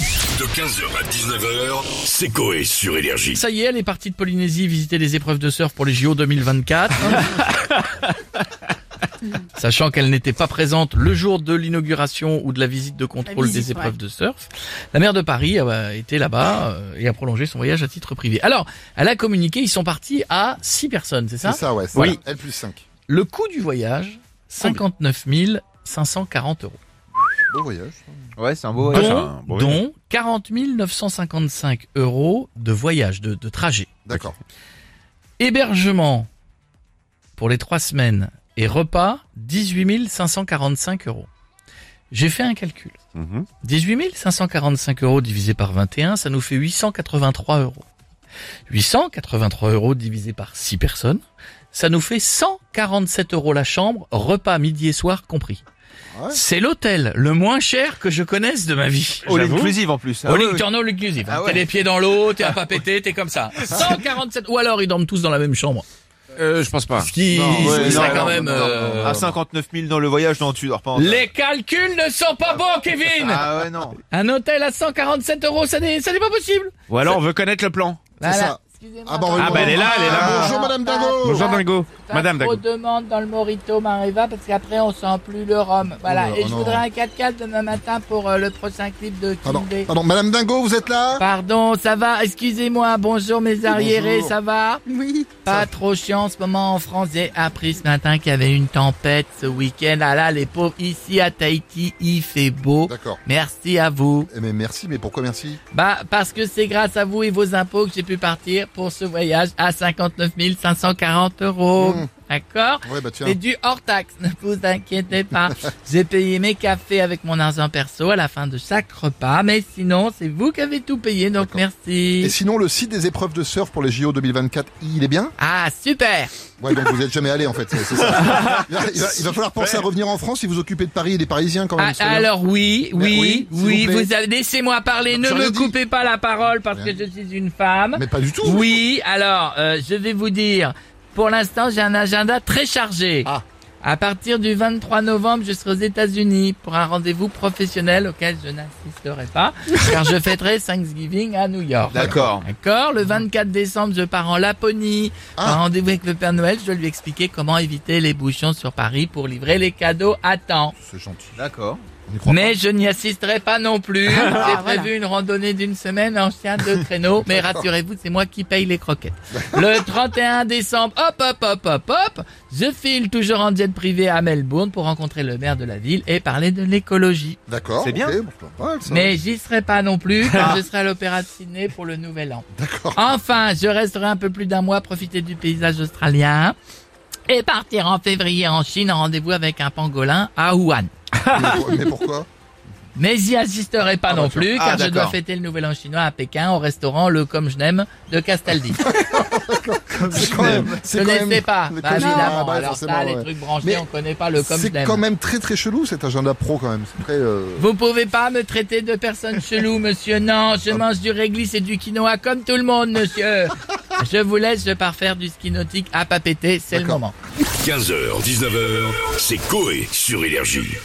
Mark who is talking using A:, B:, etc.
A: De 15h à 19h, c'est Coé sur Énergie.
B: Ça y est, elle est partie de Polynésie visiter les épreuves de surf pour les JO 2024. Sachant qu'elle n'était pas présente le jour de l'inauguration ou de la visite de contrôle
C: visite,
B: des épreuves
C: ouais.
B: de surf, la maire de Paris a bah, été là-bas euh, et a prolongé son voyage à titre privé. Alors, elle a communiqué, ils sont partis à 6 personnes, c'est
C: Hein
B: ça
D: C'est ça, ouais. c'est
B: Oui.
D: ça. L plus 5.
B: Le coût du voyage, 59 540 euros.
D: Beau voyage.
E: Ouais, Ah, c'est un beau.
B: dont,
E: voyage.
B: dont 40 955 euros de voyage, de, de trajet.
D: D'accord.
B: Hébergement pour les trois semaines et repas, 18 545 euros. J'ai fait un calcul.
D: Mhm.
B: 18 545 euros divisé par 21, ça nous fait 883 euros. 883 euros divisé par 6 personnes, ça nous fait 147 euros la chambre, repas midi et soir compris.
D: Ah ouais.
B: C'est l'hôtel le moins cher que je connaisse de ma vie.
E: All inclusive en plus.
B: All
E: Ah ouais,
B: in-
E: ouais.
B: t'es en all inclusive. hein.
E: Ah ouais. Ah
B: T'as les pieds dans l'eau, t'es à pas péter, t'es comme ça. 147. Ou alors ils dorment tous dans la même chambre.
F: Euh, je pense pas.
B: Ce qui
E: Non, ouais,
B: serait
E: non,
B: quand
E: non,
B: même.
E: non, non,
B: euh,
E: À 59 000 dans le voyage, non, tu dors pas en
B: Les calculs ne sont pas bons, Kevin.
E: Ah ouais, non.
B: Un hôtel à 147 euros, ça n'est, ça n'est pas possible.
F: Ou alors, on veut connaître le plan.
D: C'est ça.
C: Excusez-moi.
D: Ah, bah,
F: Ah, bah, elle est là, elle est là.
D: Bonjour, madame Dingo.
F: Bonjour Dingo.
C: Pas
F: Madame
C: trop
F: Dingo.
C: de demande dans le Morito Mareva parce qu'après on sent plus le rhum. Voilà.
D: Oh là,
C: Et
D: oh
C: je
D: non.
C: voudrais un 4x4 demain matin pour euh, le prochain clip de
D: Pardon,
C: Kindé.
D: pardon, madame Dingo, vous êtes là
C: Pardon, ça va Excusez-moi, bonjour mes arriérés,
D: Bonjour.
C: ça va
G: Oui,
C: Pas trop chiant en ce moment en France. J'ai appris ce matin qu'il y avait une tempête ce week-end. Ah là, les pauvres, ici à Tahiti, il fait beau.
D: D'accord.
C: Merci à vous.
D: Eh, Mais merci, mais pourquoi merci
C: Bah, parce que c'est grâce à vous et vos impôts que j'ai pu partir pour ce voyage à 59 540 euros.
D: Mmh.
C: D'accord
D: Ouais, bah tiens.
C: C'est du hors taxe, ne vous inquiétez pas. J'ai payé mes cafés avec mon argent perso à la fin de chaque repas, mais sinon, c'est vous qui avez tout payé, donc
D: D'accord. Et
C: merci.
D: sinon, le site des épreuves de surf pour les JO 2024, il est bien
C: Ah, super
D: Ouais, donc vous n'y êtes jamais allé en fait, c'est c'est ça. Il va, il va- il va falloir penser à revenir en France si vous occupez de Paris et des Parisiens quand même.
C: Ah,
D: c'est bien.
C: Alors oui, oui,
D: Ben oui, s'il
C: oui,
D: vous plaît.
C: vous avez... Laissez-moi parler, ne
D: J'ai
C: me
D: rien dit.
C: coupez pas la parole parce que
D: Rien.
C: je suis une femme.
D: Mais pas du tout.
C: Oui, alors, euh, je vais vous dire, pour l'instant, j'ai un agenda très chargé.
D: Ah.
C: À partir du 23 novembre, je serai aux États-Unis pour un rendez-vous professionnel auquel je n'assisterai pas, car je fêterai Thanksgiving à New York.
E: D'accord.
C: D'accord Le 24 décembre, je pars en Laponie.
D: Ah.
C: Un rendez-vous avec le Père Noël, je dois lui expliquer comment éviter les bouchons sur Paris pour livrer les cadeaux à temps.
D: C'est gentil.
E: D'accord.
D: On y croit
C: Mais je n'y assisterai pas non plus.
D: Ah,
C: J'ai
G: voilà.
C: prévu une randonnée d'une semaine en chien de traîneau, mais rassurez-vous, c'est moi qui paye les croquettes. Le 31 décembre, hop, hop, hop, hop, hop, je file toujours en jet privé à Melbourne pour rencontrer le maire de la ville et parler de l'écologie.
D: pas. D'accord.
E: C'est
D: ok,
E: bien.
D: bon, bah, c'est pas mal, ça.
C: Mais j'y serai pas non plus, car je serai à l'Opéra de Sydney pour le Nouvel An.
D: D'accord.
C: Enfin, je resterai un peu plus d'un mois profiter du paysage australien et partir en février en Chine en rendez-vous avec un pangolin à Wuhan.
D: Mais, mais pourquoi
C: Mais j'y assisterai pas non plus,
E: Ah,
C: car je dois
E: d'accord.
C: fêter le Nouvel An chinois à Pékin au restaurant Le Comme Je n'aime de Castaldi.
D: C'est quand même.
C: je
D: C'est
C: ne
D: quand
C: sais
D: même-
C: pas.
D: le
C: Bah,
D: comme je n'aime,
C: évidemment,
D: ah, bah,
C: alors ça,
D: forcément,
C: les
D: ouais.
C: trucs branchés,
D: Mais
C: on connaît pas Le Comme Je
D: C'est
C: n'aime.
D: quand même très très chelou cet agenda pro quand même. C'est très. euh,
C: Vous pouvez pas me traiter de personne chelou, monsieur. Non,
D: Ah.
C: je mange du réglisse et du quinoa comme tout le monde, monsieur. Je vous laisse, je pars faire du ski nautique à papeter, c'est le
D: D'accord.
C: moment.
A: 15h, 19h, c'est Coé sur Énergie.